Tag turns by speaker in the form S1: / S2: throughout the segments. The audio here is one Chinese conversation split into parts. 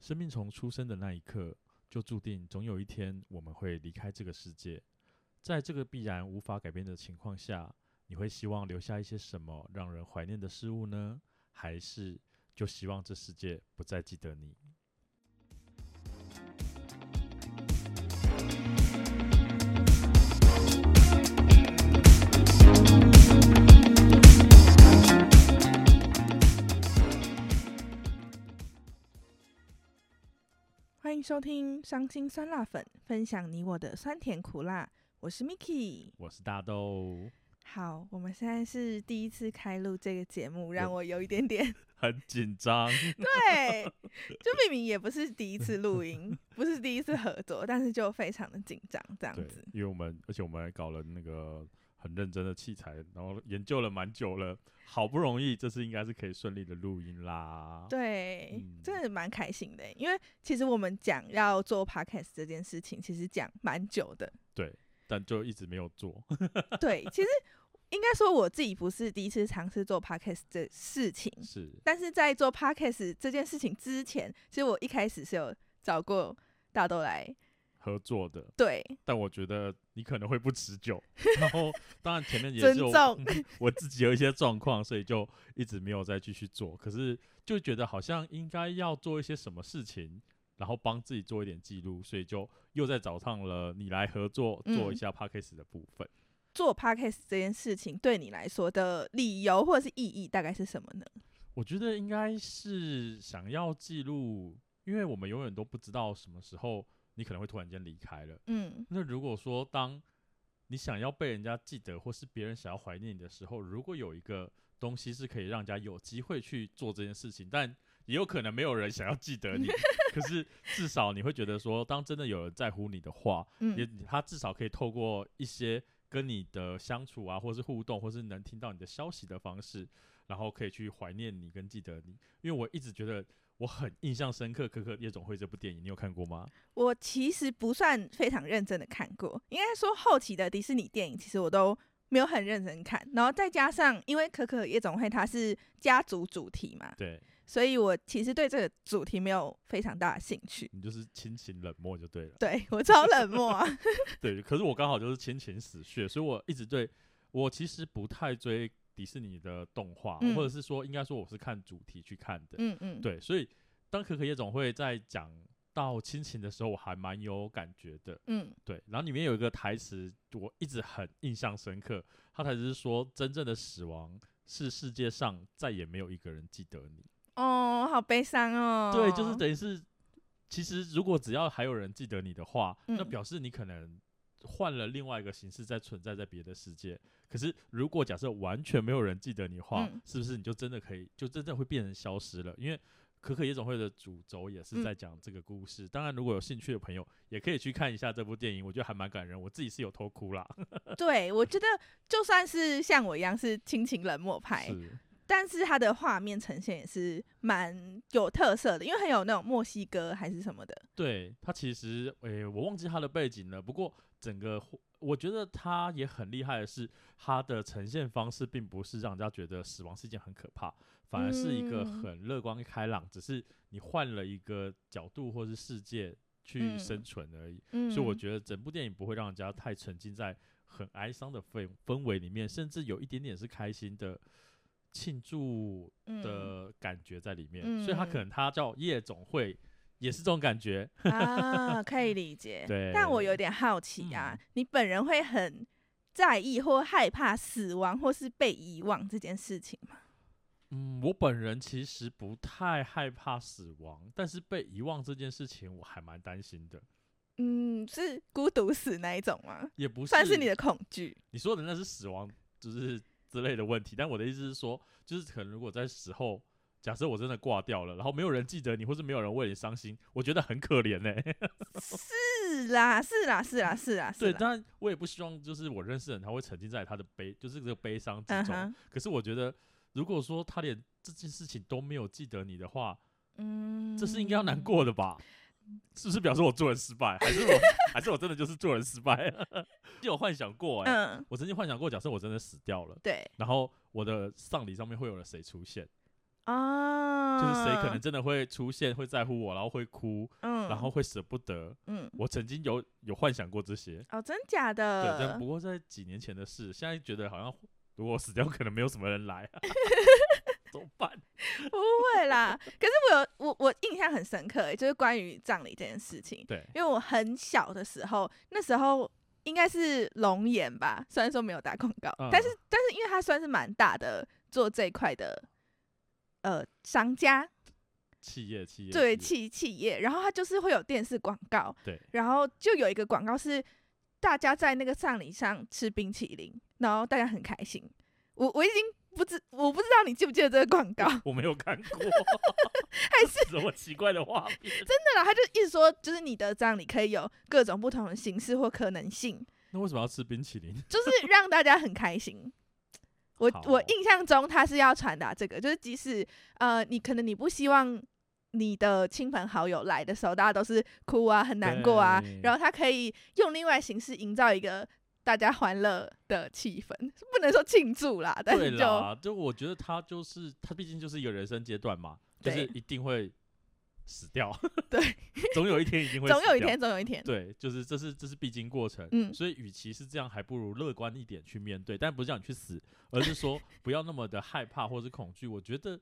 S1: 生命从出生的那一刻就注定，总有一天我们会离开这个世界。在这个必然无法改变的情况下，你会希望留下一些什么让人怀念的事物呢？还是就希望这世界不再记得你？
S2: 欢迎收听《伤心酸辣粉》，分享你我的酸甜苦辣。我是 Miki。
S1: 我是大豆，
S2: 好，我们现在是第一次开录这个节目，让
S1: 有
S2: 我有一点点
S1: 很紧张。
S2: 对，就明明也不是第一次录音，不是第一次合作，但是就非常的紧张这样
S1: 对
S2: 子。，
S1: 因为我们而且我们还搞了那个很认真的器材，然后研究了蛮久了，好不容易这次应该是可以顺利的录音啦。
S2: 对，
S1: 嗯
S2: 真的蛮开心的欸，因为其实我们讲要做 podcast 这件事情，其实讲蛮久的。
S1: 但就一直没有做。
S2: 对，其实应该说我自己不是第一次尝试做 podcast 的事情，
S1: 是，
S2: 但是在做 podcast 这件事情之前，其实我一开始是有找过大豆来，
S1: 合作的，
S2: 对，
S1: 但我觉得你可能会不持 久。然后，当然前面也
S2: 尊
S1: 是有
S2: 重
S1: 我自己有一些状况，所以就一直没有再继续做。可是就觉得好像应该要做一些什么事情，然后帮自己做一点记录，所以就又再找上了你来合作做一
S2: 嗯
S1: 下 p a c k a g e 的部分。
S2: 做 podcast 这件事情对你来说的理由或者是意义大概是什么呢？
S1: 我觉得应该是想要记录，因为我们永远都不知道什么时候你可能会突然间离开了。
S2: 嗯
S1: 那如果说当你想要被人家记得，或是别人想要怀念你的时候，如果有一个东西是可以让人家有机会去做这件事情，但也有可能没有人想要记得你，可是至少你会觉得说，当真的有人在乎你的话，也
S2: 嗯，
S1: 他至少可以透过一些跟你的相处啊，或是互动，或是能听到你的消息的方式，然后可以去怀念你跟记得你。因为我一直觉得我很印象深刻《可可夜总会》这部电影，你有看过吗？
S2: 我其实不算非常认真的看过，应该说后期的迪士尼电影其实我都。没有很认真看，然后再加上因为可可夜总会它是家族主题嘛，
S1: 对
S2: 所以我其实对这个主题没有非常大的兴趣。
S1: 你就是亲情冷漠就对了。
S2: 对我超冷漠 啊、
S1: 对，可是我刚好就是亲情死穴，所以我一直对我其实不太追迪士尼的动画，
S2: 嗯
S1: 或者是说应该说我是看主题去看的。
S2: 嗯嗯，
S1: 对，所以当可可夜总会在讲到亲情的时候，我还蛮有感觉的。
S2: 嗯
S1: 对，然后里面有一个台词，我一直很印象深刻。他台词是说：“真正的死亡是世界上再也没有一个人记得你。
S2: 哦，好悲伤哦。
S1: 对，就是等于是，其实如果只要还有人记得你的话，那
S2: 嗯
S1: 表示你可能换了另外一个形式在存在在别的世界。可是如果假设完全没有人记得你的话，
S2: 嗯
S1: 是不是你就真的可以，就真正会变成消失了？因为可可夜总会的主轴也是在
S2: 嗯
S1: 讲这个故事。当然，如果有兴趣的朋友，也可以去看一下这部电影，我觉得还蛮感人。我自己是有偷哭啦，
S2: 对，我觉得就算是像我一样是亲情冷漠派，
S1: 是，
S2: 但是它的画面呈现也是蛮有特色的，因为很有那种墨西哥还是什么的。
S1: 对他其实，诶、我忘记他的背景了。不过整个或，我觉得他也很厉害的是，他的呈现方式并不是让人家觉得死亡是一件很可怕，反而是一个
S2: 嗯
S1: 很乐观开朗，只是你换了一个角度或是世界去
S2: 嗯
S1: 生存而已。
S2: 嗯，
S1: 所以我觉得整部电影不会让人家太沉浸在很哀伤的氛氛围里面，甚至有一点点是开心的庆祝 的感觉在里面，所以他可
S2: 嗯
S1: 能他叫夜总会，也是这种感觉。
S2: 嗯、啊，可以理解。
S1: 对嗯
S2: 但我有点好奇啊，你本人会很在意或害怕死亡或是被遗忘这件事情吗？
S1: 嗯，我本人其实不太害怕死亡，但是被遗忘这件事情我还蛮担心的，
S2: 嗯，是孤独死那一种吗？
S1: 也不是
S2: 算是你的恐惧。
S1: 你说的那是死亡，就是之类的问题。但我的意思是说，就是可能如果在死后，假设我真的挂掉了，然后没有人记得你，或是没有人为你伤心，我觉得很可怜呢、
S2: 是啦，是啦，是啦，是啦， 是
S1: 对，
S2: 啦。
S1: 当然我也不希望就是我认识的人他会沉浸在他的悲，就是这个悲伤之
S2: 嗯
S1: 中。
S2: 哼，
S1: 可是我觉得，如果说他连这件事情都没有记得你的话，
S2: 嗯，
S1: 这是应该要难过的吧？是不是表示我做人失败，还是 我还是我真的就是做人失败？ 就有幻想过哎、
S2: 嗯，
S1: 我曾经幻想过，假设我真的死掉了。
S2: 对，
S1: 然后我的丧礼上面会有了谁出现？
S2: 啊，
S1: 就是谁可能真的会出现，会在乎我，然后会哭，
S2: 嗯，
S1: 然后会舍不得。
S2: 嗯，
S1: 我曾经有有幻想过这些，
S2: 哦，真假
S1: 对，但
S2: 的
S1: 不，过在几年前的事，现在觉得好像如果我死掉，可能没有什么人来、 啊，怎么办？
S2: 不会啦。可是我有我我印象很深刻、欸就是关于葬礼这件事情，
S1: 对，
S2: 因为我很小的时候，那时候应该是龙岩吧，虽然说没有打广告，
S1: 嗯
S2: 但是但是因为它算是蛮大的做这一块的呃商家，
S1: 企业企业
S2: 对
S1: 企业
S2: 企企业，然后它就是会有电视广告，
S1: 对，
S2: 然后就有一个广告是大家在那个葬礼上吃冰淇淋，然后大家很开心。我我已经不知我不知道你记不记得这个广告， 真
S1: 我没有看过，还是 什么奇怪的画面？
S2: 的啦，他就一直说就是你的葬礼可以有各种不同的形式或可能性，
S1: 那为什么要吃冰淇淋？
S2: 就是让大家很开 心。我
S1: 好
S2: 我印象中他是要传达这个，就是即使呃你可能你不希望你的亲朋好友来的时候，大家都是哭啊很难过啊
S1: 对，
S2: 然后他可以用另外形式营造一个大家欢乐的气氛，不能说庆祝啦，但
S1: 对
S2: 是就
S1: 啦，就我觉得他就是他，毕竟就是一个人生阶段嘛，就
S2: 对
S1: 是一定会死掉，
S2: 对，
S1: 总有一天一定会，
S2: 总有一，天，总有一天，
S1: 对，就是这是这是必经过程，
S2: 嗯
S1: 所以与其是这样，还不如乐观一点去面对，但不是叫你去死，而是说不要那么的害怕或是恐惧。我觉得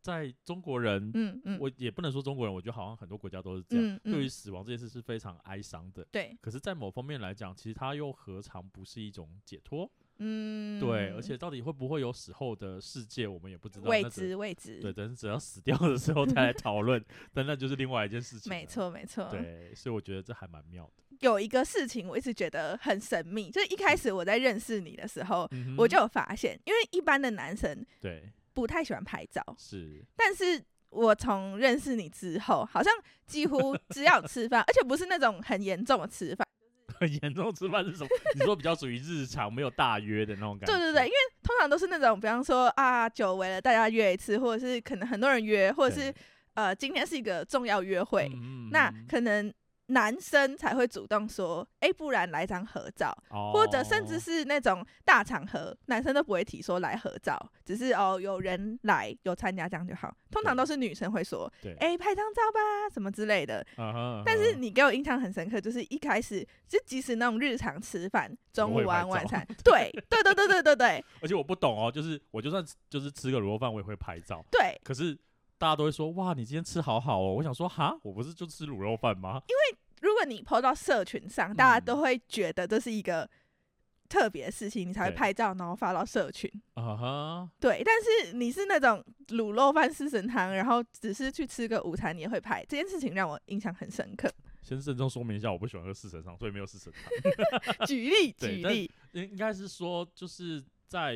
S1: 在中国人，
S2: 嗯嗯，
S1: 我也不能说中国人，我觉得好像很多国家都是这样，
S2: 嗯
S1: 对于
S2: 嗯，
S1: 死亡这件事是非常哀伤的。
S2: 对，
S1: 可是，在某方面来讲，其实它又何尝不是一种解脱？
S2: 嗯，
S1: 对，而且到底会不会有死后的世界，我们也不知道。
S2: 未
S1: 那只
S2: 知未知，
S1: 对，等只要死掉的时候再来讨论， 但那就是另外一件事情。
S2: 没。错没错，
S1: 对，所以我觉得这还蛮妙的。
S2: 有一个事情我一直觉得很神秘，就是一开始我在认识你的时候，
S1: 嗯
S2: 我
S1: 哼
S2: 就有发现，因为一般的男生
S1: 对，
S2: 不太喜欢拍照，
S1: 是
S2: 但是我从认识你之后，好像几乎只要有吃饭，而且不是那种很严重的吃饭，
S1: 很严重。吃饭是什么？你说比较属于日常，没有大约的那种感觉。
S2: 对对对，因为通常都是那种，比方说啊，久违了大家约一次，或者是可能很多人约，或者是呃，今天是一个重要约会，
S1: 嗯嗯
S2: 那
S1: 嗯
S2: 可能男生才会主动说，哎、不然来张合照。
S1: 哦
S2: 或者甚至是那种大场合，男生都不会提说来合照，只是哦有人来有参加这样就好。通常
S1: 对
S2: 都是女生会说，
S1: 对，
S2: 哎、拍张照吧什么之类的。
S1: 啊哈，啊
S2: 但是
S1: 哈
S2: 你给我印象很深刻，就是一开始就即使那种日常吃饭，中
S1: 会
S2: 午
S1: 拍
S2: 啊晚
S1: 照
S2: 餐，对对对对对对对
S1: 而且我不懂哦，就是我就算吃就是吃个卤肉饭，我也会拍照。
S2: 对，
S1: 可是大家都会说哇，你今天吃好好哦。我想说哈，我不是就吃卤肉饭吗？
S2: 如果你 PO 到社群上，大家
S1: 嗯
S2: 都会觉得这是一个特别的事情，你才会
S1: 对
S2: 拍照然后发到社群。
S1: 啊哈，
S2: 对，但是你是那种卤肉饭四神汤，然后只是去吃个午餐，你也会拍这件事情，让我印象很 深刻。
S1: 先慎重说明一下，我不喜欢喝四神汤，所以没有四神汤。
S2: 举例，
S1: 对
S2: 举
S1: 但
S2: 例，
S1: 应应该是说，就是在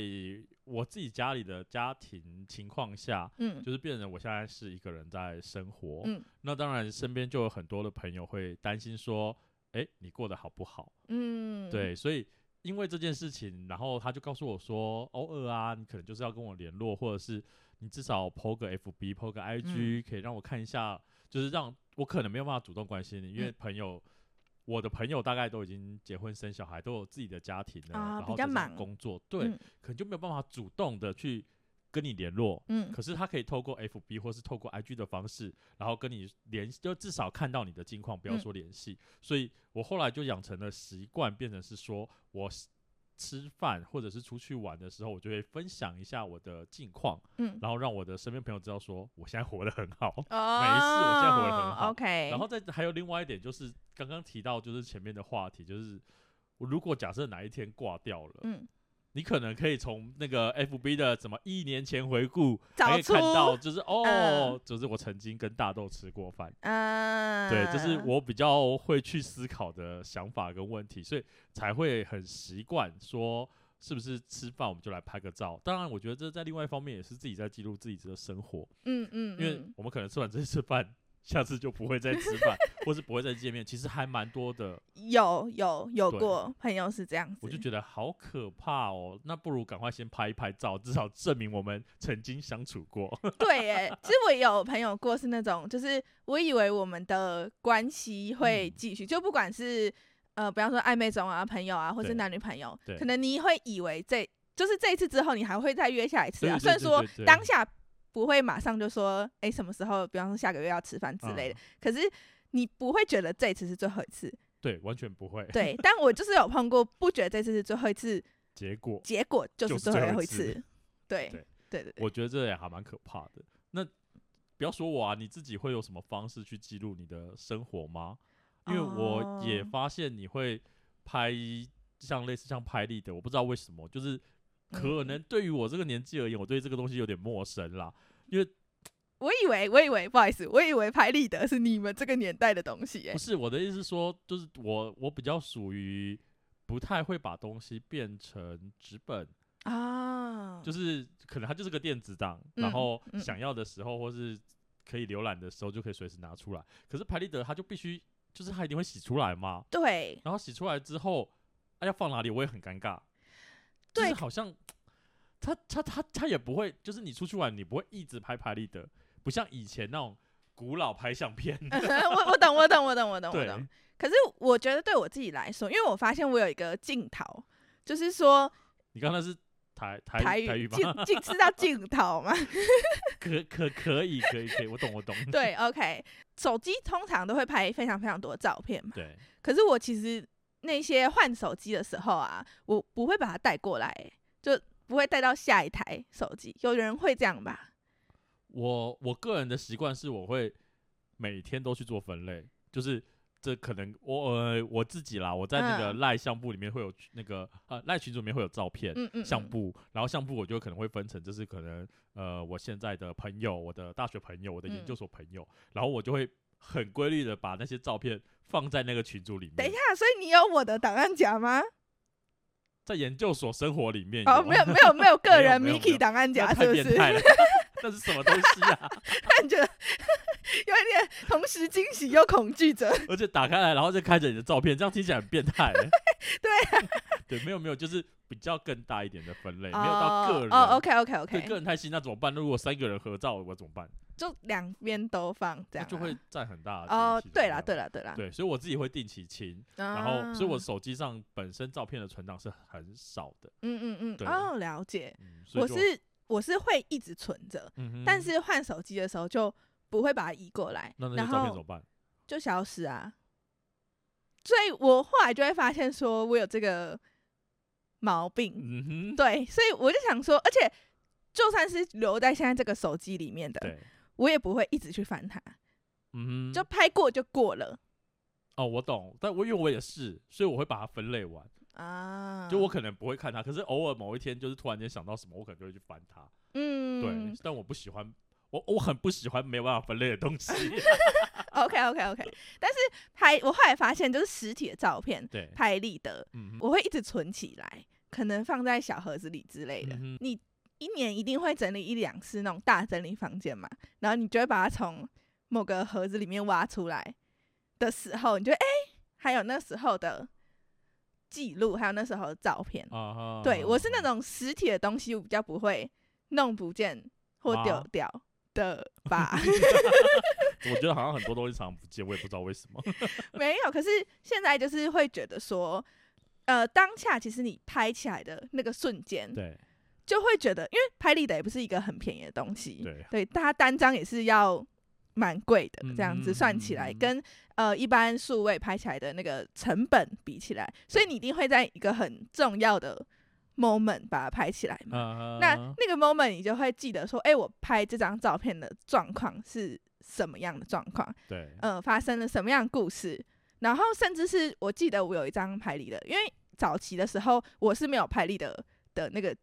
S1: 我自己家里的家庭情况下，
S2: 嗯
S1: 就是变成我现在是一个人在生活。
S2: 嗯
S1: 那当然，身边就有很多的朋友会担心说，哎、你过得好不好？
S2: 嗯，
S1: 对，所以因为这件事情，然后他就告诉我说，偶尔啊，你可能就是要跟我联络，或者是你至少 PO 个 FB、PO
S2: 嗯
S1: 个 IG，、可以让我看一下，就是让我可能没有办法主动关心你，因为
S2: 嗯
S1: 朋友。我的朋友大概都已经结婚生小孩，都有自己的家庭了，
S2: 啊
S1: 然后
S2: 比较
S1: 加上
S2: 忙
S1: 工作，对，
S2: 嗯
S1: 可能就没有办法主动的去跟你联络。
S2: 嗯
S1: 可是他可以透过 FB 或是透过 IG 的方式，然后跟你联，就至少看到你的近况，不要
S2: 嗯
S1: 说联系。所以我后来就养成了习惯，变成是说我是吃饭或者是出去玩的时候，我就会分享一下我的近况，
S2: 嗯，
S1: 然后让我的身边朋友知道说我现在活得很 好。
S2: 哦，
S1: 没事我现在活得很好
S2: OK，
S1: 然后再还有另外一点就是刚刚提到，就是前面的话题，就是我如果假设哪一天挂掉了，
S2: 嗯，
S1: 你可能可以从那个 FB 的怎么一年前回顾，
S2: 找
S1: 还可以看
S2: 出
S1: 到就是哦，
S2: 嗯
S1: 就是我曾经跟大豆吃过饭。
S2: 嗯，
S1: 对，这是我比较会去思考的想法跟问题，所以才会很习惯说是不是吃饭我们就来拍个照。当然，我觉得这在另外一方面也是自己在记录自己的生活，
S2: 嗯，嗯嗯，
S1: 因为我们可能吃完这次饭，下次就不会再吃饭，或是不会再见面。其实还蛮多的，
S2: 有有有
S1: 对
S2: 过朋友是这样子，
S1: 我就觉得好可怕哦。那不如赶快先拍一拍照，至少证明我们曾经相处过。
S2: 对耶，其实我也有朋友过是那种，就是我以为我们的关系会
S1: 嗯
S2: 继续，就不管是呃，比方说暧昧中啊、朋友啊，或
S1: 对
S2: 是男女朋友
S1: 对，
S2: 可能你会以为这就是这一次之后你还会再约下一次啊。
S1: 对对
S2: 虽然
S1: 对
S2: 说
S1: 对对
S2: 当下不会马上就说，哎、什么时候，比方说下个月要吃饭之类
S1: 嗯
S2: 的。可是你不会觉得这一次是最后 一次，
S1: 对，完全不会。
S2: 对。但我就是有碰过，不觉得这次是最后一次，
S1: 结果
S2: 结果就
S1: 就是是最后
S2: 后
S1: 一
S2: 一
S1: 次
S2: 次。对
S1: 对
S2: 对对嗯对，
S1: 我觉得这也还蛮可怕的。那不要说我啊，你自己会有什么方式去记录你的生活吗？因为我也
S2: 哦
S1: 发现你会拍像类似像拍立得，我不知道为什么，就是可
S2: 嗯
S1: 能对于我这个年纪而言，我对这个东西有点陌生啦。因为
S2: 我以为我以为不好意思，我以为拍立得是你们这个年代的东西、哎
S1: 不，是我的意思是说，就是我我比较属于不太会把东西变成纸本，
S2: 啊，
S1: 就是可能它就是个电子档，
S2: 嗯
S1: 然后
S2: 嗯
S1: 想要的时候或是可以浏览的时候就可以随时拿出来。可是拍立得它就必须，就是它一定会洗出来嘛，
S2: 对，
S1: 然后洗出来之后，啊、要放哪里我也很尴尬，就
S2: 对
S1: 是好像它它它它也不会，就是你出去玩你不会一直拍拍立得，不像以前那种古老拍相片，
S2: 我我懂我懂我懂我懂
S1: 嗯
S2: 我
S1: 对
S2: 懂。可是我觉得对我自己来说，因为我发现我有一个镜头，就是说
S1: 你刚才是台台
S2: 台
S1: 台语
S2: 语
S1: 吧？
S2: 镜镜是叫镜头嘛？
S1: 可可可以可以可以，我懂我懂，
S2: 对，OK，手机通常都会拍非常非常多照片嘛。
S1: 对，
S2: 可是我其实那些换手机的时候啊，我不会把它带过来、就不会带到下一台手机。有人会这样吧？
S1: 我我个人的习惯是，我会每天都去做分类，就是这可能我呃我自己啦，我在那个
S2: 嗯
S1: 赖相簿里面会有那个呃赖群组里面会有照片。
S2: 嗯嗯，
S1: 相
S2: 嗯
S1: 簿，然后相簿我就可能会分成，这是可能呃我现在的朋友、我的大学朋友、我的研
S2: 嗯
S1: 究所朋友，然后我就会很规律的把那些照片放在那个群组里面。
S2: 等一下，所以你有我的档案夹吗？
S1: 在研究所生活里面有
S2: 哦，没有没有没有个 人
S1: 没有没有
S2: Miki 档案
S1: 那
S2: 夹
S1: 太
S2: 是不
S1: 变
S2: 是？
S1: 态了， 那是什么东西啊？
S2: 但觉得有一点同时惊喜又恐惧着。
S1: 而且打开来，然后再看着你的照片，这样听起来很变态、欸。
S2: 对啊
S1: 对，没有没有，就是比较更大一点的分类，没有到个人。
S2: 哦哦，OK OK
S1: 对
S2: OK，
S1: 个人太细，那怎么办？那如果三个人合照，我怎么办？
S2: 就两边都放这
S1: 那
S2: 样啊、
S1: 就会占很大的
S2: 哦
S1: 惊喜，
S2: 对
S1: 了
S2: 啦对
S1: 了，
S2: 啦对啦，
S1: 对，所以我自己会定期清，
S2: 啊，
S1: 然后所以我手机上本身照片的存档是很少的，
S2: 嗯嗯
S1: 对
S2: 嗯，哦了解，
S1: 嗯，所以
S2: 我
S1: 就是
S2: 我是会一直存着，
S1: 嗯哼
S2: 但是换手机的时候就不会把它移过来
S1: 那，那
S2: 然
S1: 些照片怎
S2: 后
S1: 么办？
S2: 就消失啊。所以我后来就会发现说我有这个毛病，
S1: 嗯哼，
S2: 对，所以我就想说，而且就算是留在现在这个手机里面的，
S1: 对，
S2: 我也不会一直去翻它，
S1: 嗯哼，
S2: 就拍过就过了
S1: 哦，我懂，但我因为我也是，所以我会把它分类完。
S2: 啊。
S1: 就我可能不会看它，可是偶尔某一天就是突然间想到什么，我可能就会去翻它。
S2: 嗯，
S1: 对，但我不喜欢，我我很不喜欢没有办法分类的东 西。
S2: ，OK OK OK。但是拍，我后来发现就是实体的照片
S1: 对，
S2: 拍立得，
S1: 嗯哼，
S2: 我会一直存起来，可能放在小盒子里之类的。
S1: 嗯哼
S2: 你一年一定会整理一两次那种大整理房间嘛，然后你就会把它从某个盒子里面挖出来的时候，你就会哎、还有那时候的记录，还有那时候的照片。
S1: 啊哈，
S2: 对我是那
S1: 种
S2: 种实体的东西，我比较不会弄不见或
S1: 哇哦
S2: 丢掉的 吧。
S1: 我觉得好像很多东西常常不见，我也不知道为 什么。
S2: 没有，可是现在就是会觉得说，呃，当下其实你拍起来的那个瞬间，
S1: 对
S2: 就会觉得，因为拍立得也不是一个很便宜的东西，
S1: 对，
S2: 对，它单张也是要蛮贵的，这样
S1: 嗯
S2: 子
S1: 嗯
S2: 算起来，
S1: 嗯嗯
S2: 跟呃一般数位拍起来的那个成本比起来，所以你一定会在一个很重要的 moment 把它拍起来嘛。
S1: 啊
S2: 嗯那那个 moment 你就会记得说，哎、我拍这张照片的状况是什么样的状况？
S1: 对，
S2: 呃，发生了什么样的故事，然后甚至是我记得我有一张拍立得，因为早期的时候我是没有拍立得的那个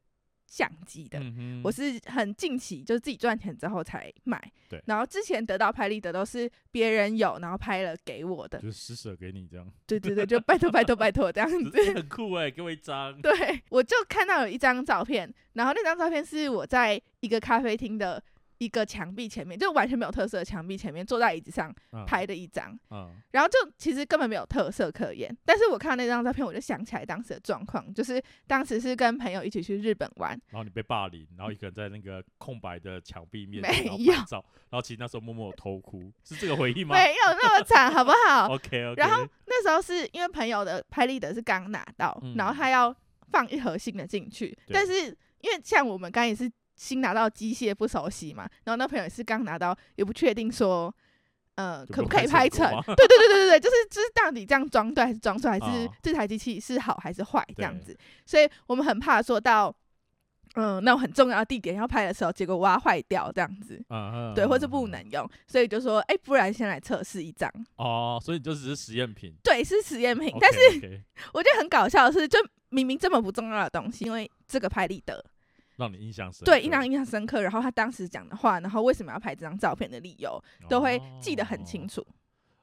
S2: 相机的，
S1: 嗯哼
S2: 我是很近期就是自己赚钱之后才买，
S1: 对
S2: 然后之前得到拍立得都是别人有，然后拍了给我的，
S1: 就是施舍给你这样，
S2: 对对对，就拜托拜托拜托 这样子，
S1: 这很酷哎，给我一张。
S2: 对，我就看到有一张照片，然后那张照片是我在一个咖啡厅的一个墙壁前面，就完全没有特色的墙壁前面，坐在椅子上
S1: 嗯
S2: 拍的一张，
S1: 嗯
S2: 然后就其实根本没有特色可言，但是我看到那张照片，我就想起来当时的状况，就是当时是跟朋友一起去日本玩，
S1: 然后你被霸凌，然后一个人在那个空白的墙壁面
S2: 没
S1: 前，然后
S2: 有
S1: 拍照，然后其实那时候默默有偷哭，是这个回忆吗
S2: 没有那么惨，好不好？
S1: ？OK OK，
S2: 然后那时候是因为朋友的拍立得是刚拿到，
S1: 嗯
S2: 然后他要放一盒新的进去，
S1: 对
S2: 但是因为像我们刚才也是新拿到机械不熟悉嘛，然后那朋友也是刚拿到，也不确定说，呃，
S1: 有没
S2: 可
S1: 有
S2: 不可以
S1: 拍
S2: 拍
S1: 成
S2: 成？
S1: 功
S2: 对对对对对对，就是就是到底这样装对还是装错，还是
S1: 啊
S2: 这台机器是好还是坏这样
S1: 对
S2: 子，所以我们很怕说到，嗯、那种很重要的地点要拍的时候，结果挖坏掉这样子。
S1: 啊，
S2: 对，或是
S1: 嗯
S2: 不
S1: 嗯
S2: 能用，所以就说，哎、不然先来测试一张。
S1: 哦，所以你就只是实验品。
S2: 对，是实验品但是
S1: 是
S2: 我觉得很搞笑的是，就明明这么不重要的东西，因为这个拍立得，
S1: 让你印象深刻，
S2: 对，印象印象深刻。然后他当时讲的话，然后为什么要拍这张照片的理由，都会记得很清
S1: 哦。
S2: 楚。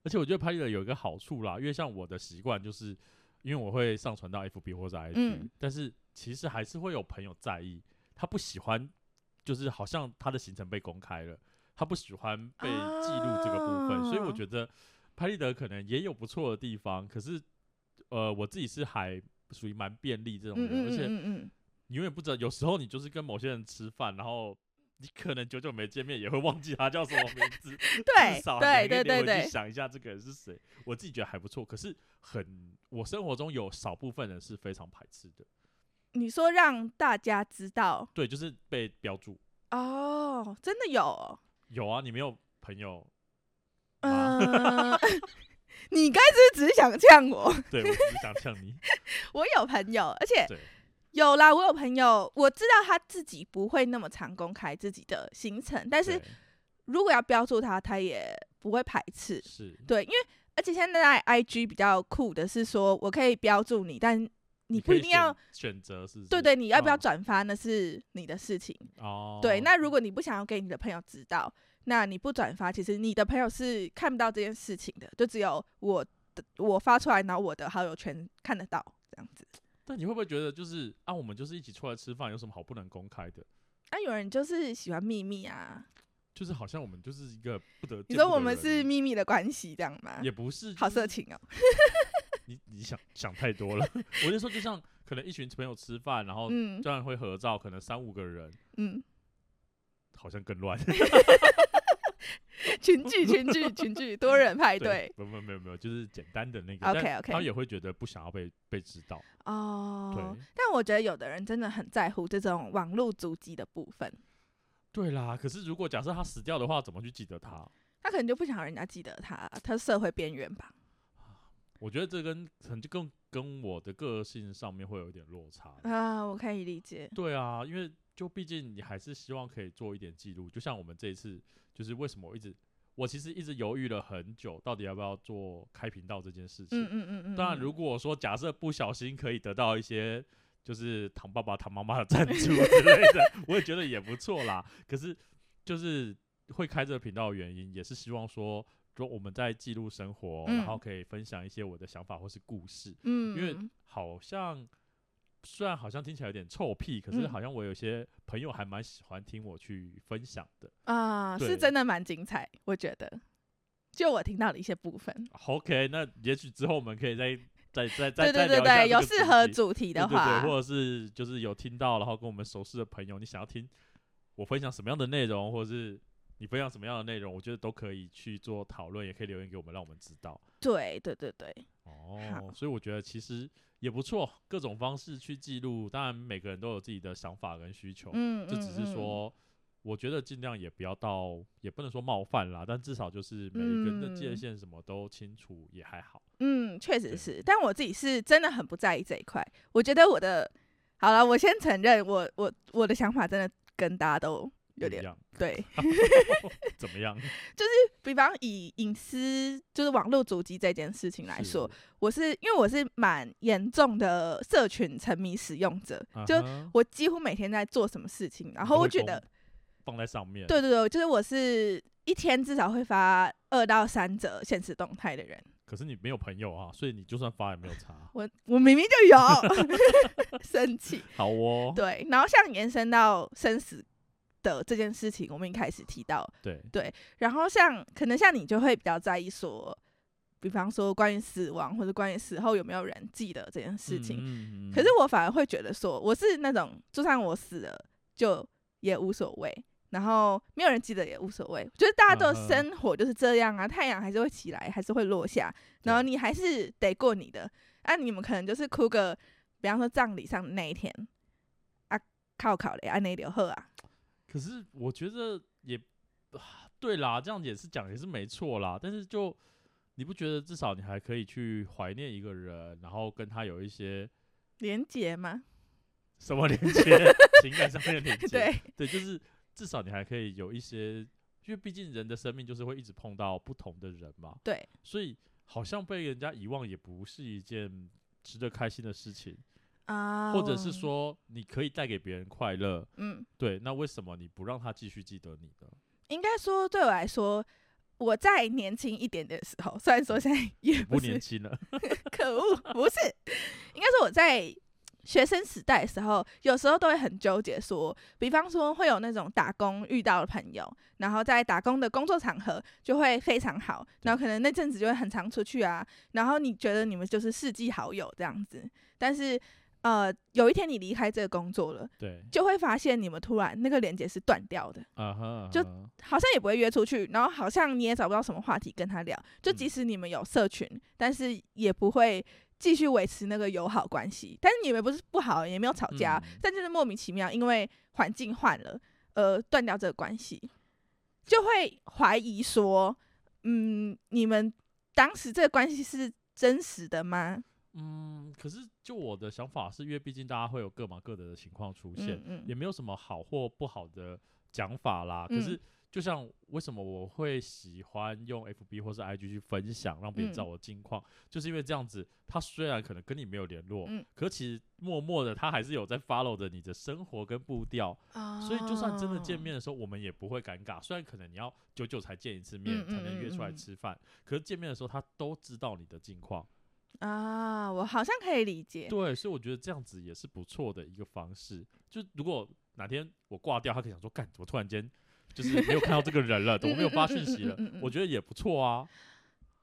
S1: 而且我觉得拍立得有一个好处啦，因为像我的习惯就是，因为我会上传到 FB 或者 IG，、
S2: 嗯
S1: 但是其实还是会有朋友在意，他不喜欢，就是好像他的行程被公开了，他不喜欢被记录这个部分，所以我
S2: 啊
S1: 觉得拍立得可能也有不错的地方，可是呃，我自己是还属于蛮便利这种
S2: 嗯
S1: 人，
S2: 嗯
S1: 而
S2: 嗯
S1: 且
S2: 嗯嗯，
S1: 你永远不知道，有时候你就是跟某些人吃饭，然后你可能久久没见面，也会忘记他叫什么名字。至
S2: 对
S1: 少
S2: 对
S1: 你还
S2: 对
S1: 可以
S2: 对
S1: 回去
S2: 对，
S1: 想一下这个人是谁。我自己觉得还不错，可是很，我生活中有少部分人是非常排斥的，
S2: 你说让大家知道
S1: 对，就是被标注。
S2: 哦，真的有哦，
S1: 有啊，你没有朋友吗？
S2: 嗯、 你该是不是只是想呛我？
S1: 对，我只是想呛你。
S2: 我有朋友，而且
S1: 对，
S2: 有啦，我有朋友，我知道他自己不会那么常公开自己的行程， 但是
S1: 对
S2: 如果要标注他，他也不会排斥。
S1: 是
S2: 对，因为而且现在 IG 比较酷的是说，我可以标注你，但你不
S1: 可以
S2: 一定要
S1: 选选择，是不是
S2: 对对，你要不要
S1: 嗯
S2: 转发那是你的事情。
S1: 哦，
S2: 对，那如果你不想要给你的朋友知道，那你不转发，其实你的朋友是看不到这件事情的，就只有我的我发出来，然后我的好友圈看得到这样子。
S1: 但你会不会觉得就是啊，我们就是一起出来吃饭，有什么好不能公开的？
S2: 啊，有人就是喜欢秘密啊，
S1: 就是好像我们就是一个不得
S2: 你
S1: 见
S2: 说
S1: 不
S2: 我
S1: 得
S2: 们
S1: 人
S2: 是秘密的关系这样吗？
S1: 也嗯不是，
S2: 啊好
S1: 就是
S2: 色情哦，
S1: 你你想想太多 了。我就说，就像可能一群朋友吃饭，然后
S2: 嗯
S1: 当然会合照，可能三五个人，
S2: 嗯，
S1: 好像更 乱。
S2: 群聚群聚群聚，多人 派对，
S1: 没有没有没有没有，就是简单的那个。
S2: OK，
S1: 但
S2: OK
S1: 他们也会觉得不想要被被知道。
S2: 哦。
S1: 对
S2: 但我觉得有的人真的很在乎这种网络足迹的部分，
S1: 对啦，可是如果假设他死掉的话，怎么去记得他？
S2: 他可能就不想让人家记得他，他是社会边缘吧。
S1: 我觉得这跟很就跟跟我的个性上面会有一点落差。
S2: 啊，我可以理解。
S1: 对啊，因为就毕竟你还是希望可以做一点记录，就像我们这一次，就是为什么我一直我其实一直犹豫了很久，到底要不要做开频道这件事情。
S2: 嗯嗯嗯嗯。
S1: 当然，
S2: 嗯
S1: 如果说假设不小心可以得到一些就是唐爸爸、唐妈妈的 赞助之类的，我也觉得也不错啦。可是就是会开这个频道的原因，也是希望说，说我们在记录生活，然后
S2: 嗯
S1: 可以分享一些我的想法或是故事，
S2: 嗯，
S1: 因为
S2: 嗯
S1: 好像。虽然好像听起来有点臭屁，可是
S2: 嗯
S1: 好像我有些朋友还蛮喜欢听我去分享的。
S2: 啊，
S1: 对
S2: 是真的蛮精彩，我觉得。就我听到的一些部分，
S1: OK，那也许之后我们可以再再再再
S2: 对
S1: 再
S2: 对
S1: 聊一下
S2: 对对，
S1: 这
S2: 有
S1: 个
S2: 适
S1: 主
S2: 合
S1: 题
S2: 主题的
S1: 对对
S2: 话，
S1: 对，或者是就是有听到，然后跟我们熟识的朋友，你想要听我分享什么样的内容，或者是你分享什么样的内容，我觉得都可以去做讨论，也可以留言给我们，让我们知道。
S2: 对对对对
S1: 哦，所以我觉得其实也不错，各种方式去记录。当然，每个人都有自己的想法跟需求，
S2: 嗯，
S1: 哦这只
S2: 嗯
S1: 是，说，我觉得尽量也不要到，也不能说冒犯啦，但至少就是每一个人的界
S2: 嗯
S1: 限什么都清楚，也还好。
S2: 嗯，嗯确
S1: 对
S2: 实是，但我自己是真的很不在意这一块。我觉得我的，好了，我先承认我，我我的想法真的跟大家都有
S1: 不一
S2: 点
S1: 样，
S2: 对。
S1: 怎么样？
S2: 比方以隐私，就是网络主机这件事情来
S1: 是
S2: 说，，我是因为我是蛮严重的社群沉迷使用者，就
S1: 嗯哼
S2: 我几乎每天在做什么事情，然
S1: 你
S2: 后
S1: 都
S2: 我
S1: 会
S2: 觉
S1: 公
S2: 得，
S1: 放在上面，
S2: 对对对，就是我是一天至少会发二到三则现实动态的人。。
S1: 可是你没有朋友啊，所以你就算发也没有差
S2: 我我明明就 有 生气，
S1: 好哦，
S2: 对，然后像延伸到生死的这件事情，我们一开始提到，
S1: 对
S2: 然后像可能像你就会比较在意说，比方说关于死亡或者关于死后有没有人记得这件事情，
S1: 情
S2: 可是我反而会觉得说，我是那种就算我死了就也无所谓，然后没有人记得也无所谓，就是大家
S1: 嗯
S2: 都
S1: 哼
S2: 生活就是这样啊，太阳还是会起来，还是会落下，然后
S1: 对
S2: 你还是得过你的。啊，你们可能就是哭个，比方说葬礼上的那一天，啊，靠靠嘞，啊，那流喝啊，
S1: 可是我觉得也、啊对啦，这样也是讲也是没错啦。但是就你不觉得至少你还可以去怀念一个人，然后跟他有一些
S2: 连结吗？
S1: 什么连接，情感上面的连接？
S2: 对，
S1: 对，就是至少你还可以有一些，因为毕竟人的生命就是会一直碰到不同的人嘛。
S2: 对，
S1: 所以好像被人家遗忘也不是一件值得开心的事情，
S2: 啊，
S1: 或者是，说你可以带给别人快乐，
S2: 嗯，
S1: 对，那为什么你不让他继续记得你呢？
S2: 应该说对我来说，我在年轻一点点的时候，虽然说现在也
S1: 不
S2: 不
S1: 年
S2: 是，
S1: 轻了，
S2: 可恶，不是，应该说我在学生时代的时候，有时候都会很纠结说比方说会有那种打工遇到的朋友，然后在打工的工作场合就会非常好，然后可能那阵子就会很常出去啊，然后你觉得你们就是世纪好友这样子，但是呃，有一天你离开这个工作了，
S1: 对，
S2: 就会发现你们突然那个连接是断掉的，
S1: 啊哈，啊
S2: 就
S1: 哈
S2: 好像也不会约出去，然后好像你也找不到什么话题跟他聊。就
S1: 嗯
S2: 即使你们有社群，但是也不会继续维持那个友好关系。但是你们不是不好，也没有吵架，
S1: 嗯
S2: 但就是莫名其妙，因为环境换了，呃，断掉这个关系，就会怀疑说，嗯，你们当时这个关系是真实的吗？
S1: 嗯，可是就我的想法是，因为毕竟大家会有各忙各的的情况出现，
S2: 嗯嗯
S1: 也没有什么好或不好的讲法啦。可是就像为什么我会喜欢用 FB 或是 IG 去分享，让别人知道
S2: 嗯
S1: 我近况，就是因为这样子，他虽然可能跟你没有联络，
S2: 嗯
S1: 可其实默默的他还是有在 follow 着你的生活跟步调，
S2: 哦
S1: 所以就算真的见面的时候，我们也不会尴尬。虽然可能你要久久才见一次面，
S2: 嗯
S1: 才能
S2: 嗯
S1: 约出来
S2: 嗯嗯
S1: 吃饭，可是见面的时候他都知道你的近况。
S2: 啊，我好像可以理解。
S1: 对，所以我觉得这样子也是不错的一个方式。就如果哪天我挂掉，他可以想说，干，怎么突然间就是没有看到这个人 了，怎么没有发讯息了
S2: 嗯嗯嗯嗯嗯嗯嗯？
S1: 我觉得也不错啊。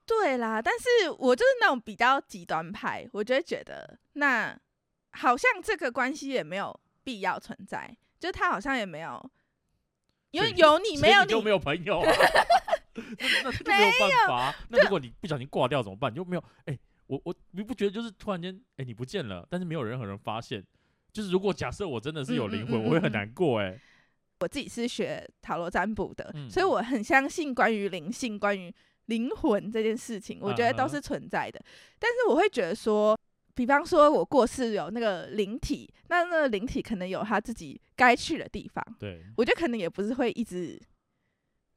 S2: 对啦，但是我就是那种比较极端派，我就会觉得那好像这个关系也没有必要存在，就是他好像也没有，因为
S1: 所以
S2: 有你
S1: 所
S2: 没
S1: 以
S2: 有
S1: 你就没
S2: 你，
S1: 有朋友、 啊，那那就没有办法啊、那如果你不小心挂掉怎么办？你就没有，哎、我我你不觉得就是突然间，哎、你不见了，但是没有任何人发现。就是如果假设我真的是有
S2: 嗯嗯
S1: 灵
S2: 嗯
S1: 魂，
S2: 嗯
S1: 我会很
S2: 嗯
S1: 难过哎、
S2: 我自己是学塔罗占卜的，
S1: 嗯
S2: 所以我很相信关于灵性、关于灵魂这件事情，我觉得
S1: 啊
S2: 都
S1: 哈
S2: 是存在的。但是我会觉得说，比方说我过世有那个灵体，那那个灵体可能有他自己该去的地方。
S1: 对，
S2: 我觉得可能也不是会一直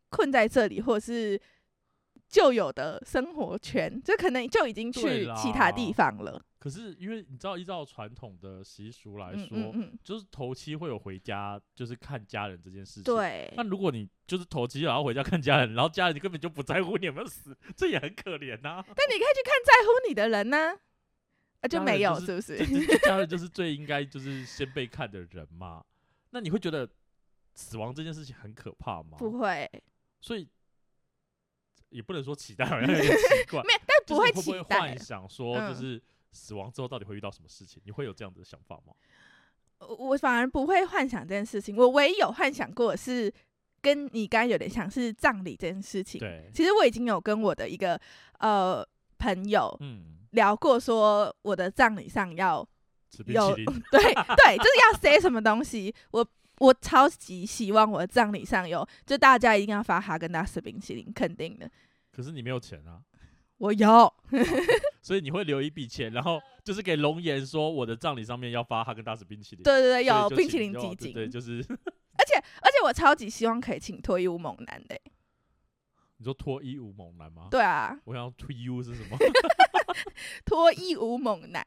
S2: 困在这里，或者是旧有的生活圈，就可能就已经
S1: 对
S2: 去
S1: 啦
S2: 其他地方了。
S1: 可是因为你知道，依照传统的习俗来
S2: 嗯
S1: 说，
S2: 嗯嗯，
S1: 就是头七会有回家，就是看家人这件事情。。
S2: 对
S1: 那如果你就是头七，然后回家看家人，然后家人根本就不在乎你有没有死，这也很可怜呐、
S2: 但你可以去看在乎你的人呢、啊，就
S1: 当然
S2: 没有，
S1: 就是
S2: 不是
S1: 这？这家人就是最应该就是先被看的人嘛。那你会觉得死亡这件事情很可怕吗？
S2: 不会，
S1: 所以也不能说期待，好像有点奇怪。
S2: 没有，但
S1: 就是
S2: 会
S1: 会不会
S2: 期待
S1: 幻。想说，就
S2: 嗯
S1: 是死亡之后到底会遇到什么事情？你会有这样的想法吗？
S2: 我我反而不会幻想这件事情。我唯一有幻想过的是跟你刚刚有点像是葬礼这件事情。
S1: 对，
S2: 其实我已经有跟我的一个呃朋友
S1: 嗯，
S2: 聊过，说我的葬礼上要
S1: 吃冰
S2: 有
S1: 淇淋，
S2: 对对，就是要 say 什么东西。我我超级希望我的葬礼上有，就大家一定要发哈根达斯冰淇淋，肯定的。
S1: 可是你没有钱啊。
S2: 我有，
S1: 所以你会留一笔钱，然后就是给龙岩说我的葬礼上面要发哈根达斯冰淇淋，
S2: 对对对，
S1: 所以
S2: 有
S1: 就
S2: 冰淇
S1: 请
S2: 淋
S1: 就
S2: 基
S1: 对
S2: 金，
S1: 对， 就是
S2: 而且而且我超级希望可以请脱衣舞猛男的欸、
S1: 哦你说脱衣舞猛男吗？，
S2: 对啊，
S1: 我想要脱衣舞是什 么？
S2: 脱衣舞猛男，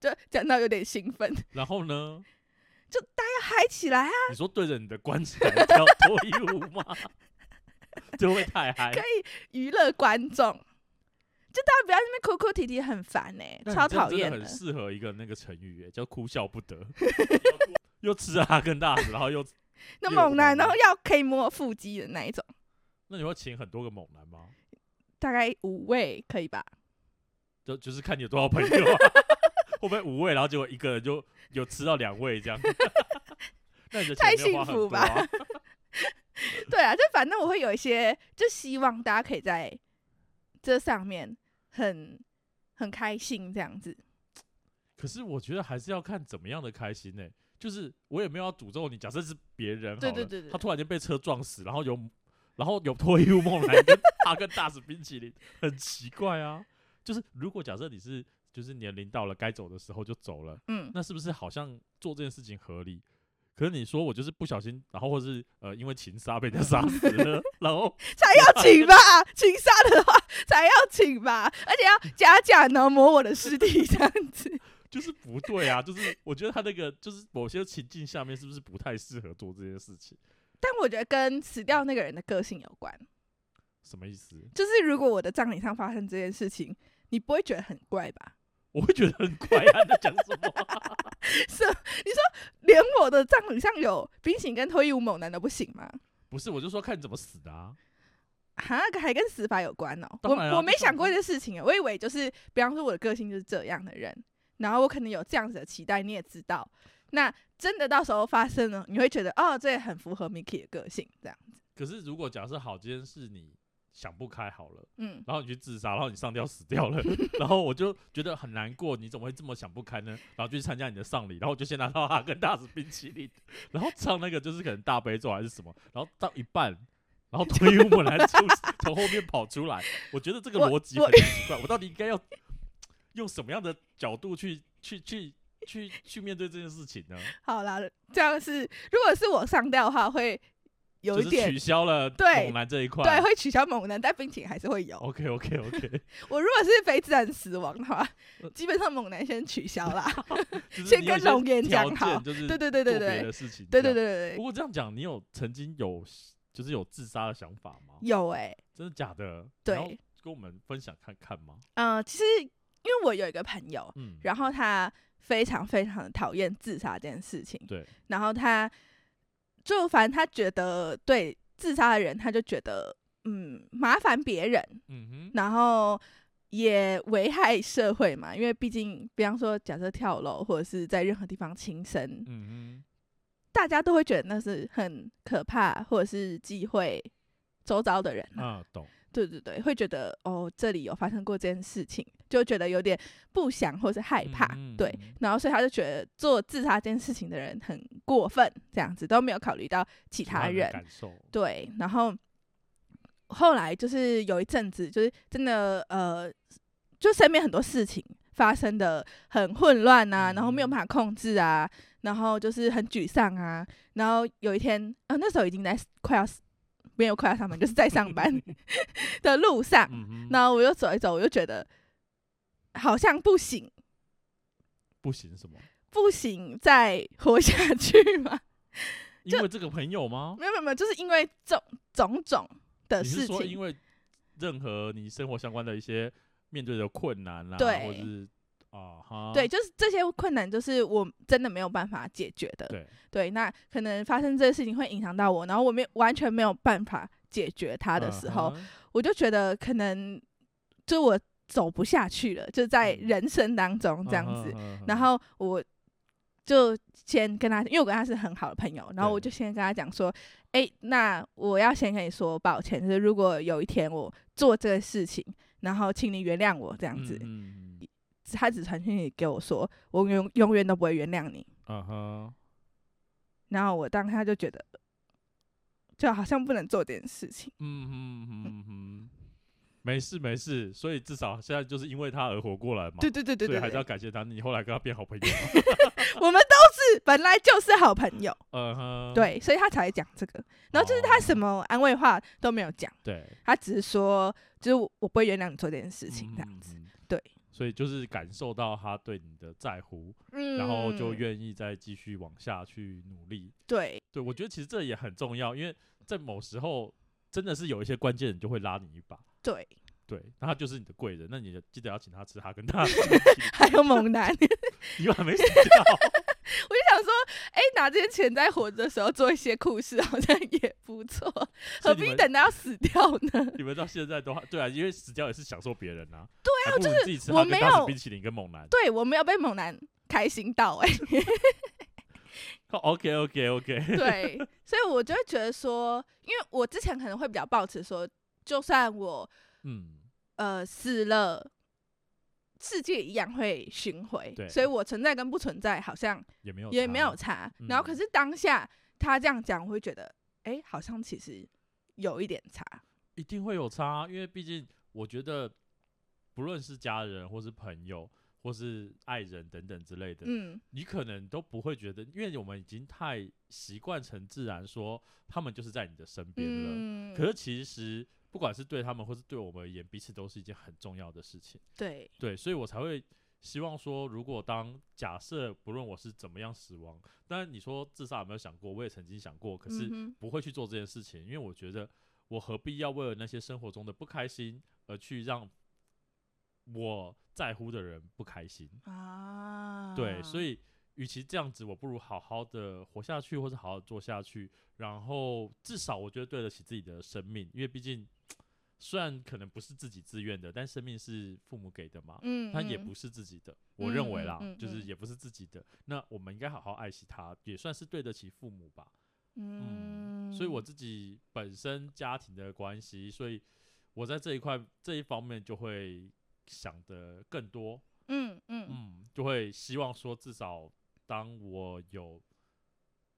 S2: 就讲到有点兴奋，
S1: 然后呢，
S2: 要嗨起来啊！
S1: 你说对着你的棺材跳脱衣舞 吗？这会不会太嗨
S2: 可，娱乐观众，就大家不要在那边哭哭啼啼，很烦哎、
S1: 那你
S2: 超
S1: 这样
S2: 讨
S1: 真的
S2: 厌
S1: 很适合一个那个成语耶，叫哭笑不 得。 又吃哈根达斯，然后又
S2: 那
S1: 又有
S2: 猛男，
S1: 猛
S2: 然后
S1: 男
S2: 要可以摸腹肌的那一种，
S1: 那你会请很多个猛男吗？
S2: 大概五位可以吧？
S1: 就就是看你有多少朋友、 啊，会不会五位，然后结果一个人就有吃到两位这样， 那你的钱
S2: 太
S1: 没有
S2: 幸
S1: 花很
S2: 福
S1: 多啊
S2: 对啊，就反正我会有一些，就希望大家可以在这上面很很开心这样子。
S1: 可是我觉得还是要看怎么样的开心呢、就是我也没有要诅咒你，假设是别人好
S2: 对
S1: 了，
S2: 对对对
S1: 他突然间被车撞死，然后有然后有脱衣舞梦来 跟大跟大死冰淇淋，很奇怪啊。就是如果假设你是就是年龄到了该走的时候就走了，
S2: 嗯，
S1: 那是不是好像做这件事情合理？可是你说我就是不小心，然后或是呃因为情杀被人家杀死了， 然后
S2: 才要请吧，请杀的话才要请吧，而且要假假挠磨我的尸体这样子。
S1: 就是不对啊，就是我觉得他那个就是某些情境下面是不是不太适合做这件事情？
S2: 但我觉得跟死掉那个人的个性有关，
S1: 什么意思？
S2: 就是如果我的葬礼上发生这件事情，你不会觉得很怪吧？
S1: 我会觉得很怪啊，你在讲什么 啊、
S2: 是你说连我的葬礼上有冰醒跟脱衣舞猛男都不行吗？
S1: 不是，我就说看你怎么死的啊。
S2: 哈，还跟死法有关哦、
S1: 当然啊
S2: 我我没
S1: 这
S2: 想
S1: 种
S2: 过这事情、啊，我以为就是，比方说我的个性就是这样的人，然后我可能有这样子的期待，你也知道。那真的到时候发生了，你会觉得哦，这也很符合 Miki 的个性，这样。
S1: 可是如果假设好，今天是你想不开好了，
S2: 嗯，
S1: 然后你去自杀，然后你上吊死掉 了，然后我就觉得很难过，你怎么会这么想不开呢？然后就去参加你的丧礼，然后我就先拿到哈根达斯冰淇淋，然后唱那个就是可能大悲咒还是什么，然后到一半，然后推我们来出从后面跑出来，我觉得这个
S2: 我
S1: 逻辑
S2: 我
S1: 很奇怪，我到底应该要用什么样的角度去去去去去面对这件事情呢？
S2: 好啦，这样是如果是我上吊的话，会有
S1: 就
S2: 一
S1: 是
S2: 点
S1: 取啊消了
S2: 对
S1: 猛男这一块，
S2: 对，会取消猛男，但冰淇淋还是会有。
S1: OK OK OK，
S2: 我如果是非自然死亡的话，
S1: 呃
S2: 基本上猛男先取消啦。
S1: 就是
S2: 先
S1: 你有
S2: 跟
S1: 一些
S2: 龙岩
S1: 条
S2: 讲好
S1: 件就是
S2: 对对对对
S1: 做别
S2: 对
S1: 的事情，
S2: 对对。对对
S1: 不
S2: 对，
S1: 过这样哦讲，你有曾经有就是有自杀的想法吗？
S2: 有哎、
S1: 真的假的？
S2: 对
S1: 然后跟我们分享看看吗？
S2: 嗯、其实因为我有一个朋友，
S1: 嗯，
S2: 然后他非常非常的讨厌自杀这件事情，
S1: 对，
S2: 然后他就反正他觉得对自杀的人，他就觉得嗯麻烦别人，
S1: 嗯哼，
S2: 然后也危害社会嘛，因为毕竟比方说假设跳楼或者是在任何地方轻生，
S1: 嗯
S2: 大家都会觉得那是很可怕，或者是忌讳周遭的人
S1: 哼，
S2: 啊、
S1: 啊，懂，
S2: 对对对，会觉得哦，这里有发生过这件事情，就觉得有点不祥或是害怕，
S1: 嗯
S2: 对。然后所以他就觉得做自杀这件事情的人很过分，这样子都没有考虑到其
S1: 其他
S2: 他
S1: 人
S2: 人
S1: 的，感受，
S2: 对。然后后来就是有一阵子，就是真的呃，就身边很多事情发生的很混乱啊，然后没有
S1: 嗯
S2: 办法控制啊，然后就是很沮丧啊。然后有一天，呃，那时候已经在快要没有快要上班，就是在 上班的路上，
S1: 嗯哼，
S2: 然后我又走一走，我就觉得好像不行，
S1: 不行什么？
S2: 不行，再活下去嘛。
S1: 因为这个朋友吗？
S2: 没有没有没有，就是因为种种种的
S1: 你是
S2: 事
S1: 说因
S2: 情，
S1: 为任何你生活相关的一些面对的困难啊，
S2: 对
S1: 或者是啊哈，
S2: 对，就是这些困难，就是我真的没有办法解决的。
S1: 对，
S2: 对，那可能发生这些事情会影响到我，然后我没有完全没有办法解决它的时候，
S1: 嗯哼
S2: 我就觉得可能就我走不下去了，就在
S1: 嗯
S2: 人生当中这样
S1: 嗯
S2: 子。
S1: 哼嗯哼
S2: 然后我就先跟他，因为我跟他是很好的朋友，然后我
S1: 对
S2: 就先跟他讲说，诶，那我要先跟你说抱歉，就是如果有一天我做这个事情，然后请你原谅我这样子。
S1: 嗯嗯
S2: 他只传讯息给我说，我永永远都不会原谅你。
S1: 嗯哼，
S2: 然后我当下就觉得，就好像不能做这件事情。
S1: 嗯哼嗯哼嗯哼，没事没事，所以至少现在就是因为他而活过来嘛，
S2: 对对对对
S1: 所以
S2: 对
S1: 还是要
S2: 对，
S1: 感谢他，你后来跟他变好朋友嘛，
S2: 我们都是本来就是好朋友，
S1: 嗯哼，
S2: 对，所以他才讲这个。然后就是他什
S1: 哦
S2: 么安慰话都没有讲。
S1: 对，
S2: 他只是说，就是我我不会原谅你做这件事情这样
S1: 嗯，
S2: 子。
S1: 嗯嗯
S2: 对
S1: 所以就是感受到他对你的在乎，
S2: 嗯
S1: 然后就愿意再继续往下去努力，
S2: 对
S1: 对，我觉得其实这也很重要，因为在某时候真的是有一些关键人就会拉你一把，
S2: 对，
S1: 对，那他就是你的贵人，那你记得要请他吃哈根达斯冰淇 淋，
S2: 还有猛男，我就
S1: 你还没死掉，
S2: 想说，哎、拿这些钱在活着的时候做一些酷事，好像也不错，
S1: 所
S2: 何
S1: 以你
S2: 必
S1: 们
S2: 等到死掉呢？
S1: 你们到现在都还对啊，因为死掉也是享受别人啊，对啊，就是自己吃
S2: 我
S1: 哈根
S2: 没
S1: 达
S2: 有
S1: 斯冰淇淋跟猛男
S2: 对我没有被猛男开心到、哎，
S1: ，OK OK OK，
S2: 对，所以我就会觉得说，因为我之前可能会比较抱持说，就算我
S1: 嗯，
S2: 呃死了，世界一样会巡回
S1: 对，
S2: 所以我存在跟不存在好像
S1: 也没有
S2: 也没有
S1: 差
S2: 差。
S1: 嗯
S2: 然后可是当下他这样讲，我会觉得，哎、好像其实有一点差。
S1: 一定会有差，啊因为毕竟我觉得，不论是家人或是朋友或是爱人等等之类的，
S2: 嗯，
S1: 你可能都不会觉得，因为我们已经太习惯成自然说他们就是在你的身边了。
S2: 嗯，
S1: 可是其实不管是对他们或是对我们而言，彼此都是一件很重要的事情。
S2: 对，
S1: 对，所以我才会希望说，如果当假设不论我是怎么样死亡，当然你说自杀有没有想过？我也曾经想过，可是
S2: 嗯哼
S1: 不会去做这件事情，因为我觉得我何必要为了那些生活中的不开心而去让我在乎的人不开心？
S2: 啊，
S1: 对，所以与其这样子，我不如好好的活下去，或者好好地做下去，然后至少我觉得对得起自己的生命，因为毕竟虽然可能不是自己自愿的，但生命是父母给的嘛，
S2: 嗯，嗯，
S1: 它也不是自己的，我认为啦，
S2: 嗯嗯嗯
S1: 就是
S2: 嗯
S1: 也不是自己的，那我们应该好好爱惜它，也算是对得起父母吧。
S2: 嗯，
S1: 所以我自己本身家庭的关系，所以我在这一块这一方面就会想的更多，
S2: 嗯嗯
S1: 嗯，就会希望说，至少当我有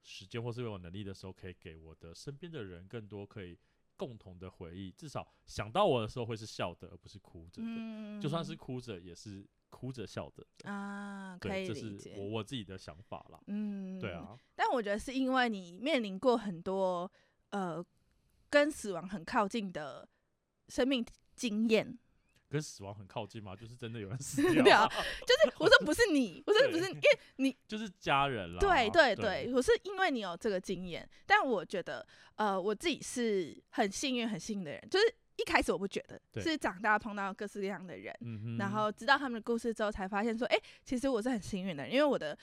S1: 时间或是有能力的时候，可以给我的身边的人更多可以共同的回忆。至少想到我的时候会是笑的，而不是哭着的。
S2: 嗯，
S1: 就算是哭着，也是哭着笑的。
S2: 啊，可
S1: 对，
S2: 以
S1: 这
S2: 理
S1: 是
S2: 解
S1: 我，我自己的想法啦。
S2: 嗯，
S1: 对。啊，
S2: 但我觉得是因为你面临过很多呃跟死亡很靠近的生命经验，
S1: 跟死亡很靠近嘛，就是真的有人死
S2: 对
S1: 掉
S2: 啊
S1: 啊，
S2: 就是我说不是你，我说不是
S1: 对
S2: 因为
S1: 就是家人啦。
S2: 对对
S1: 对，
S2: 对，我是因为你有这个经验，但我觉得呃我自己是很幸运很幸运的人，就是一开始我不觉得，
S1: 对
S2: 是长大碰到各式各样的人，
S1: 嗯哼，
S2: 然后知道他们的故事之后才发现说，哎、其实我是很幸运的人，因为我的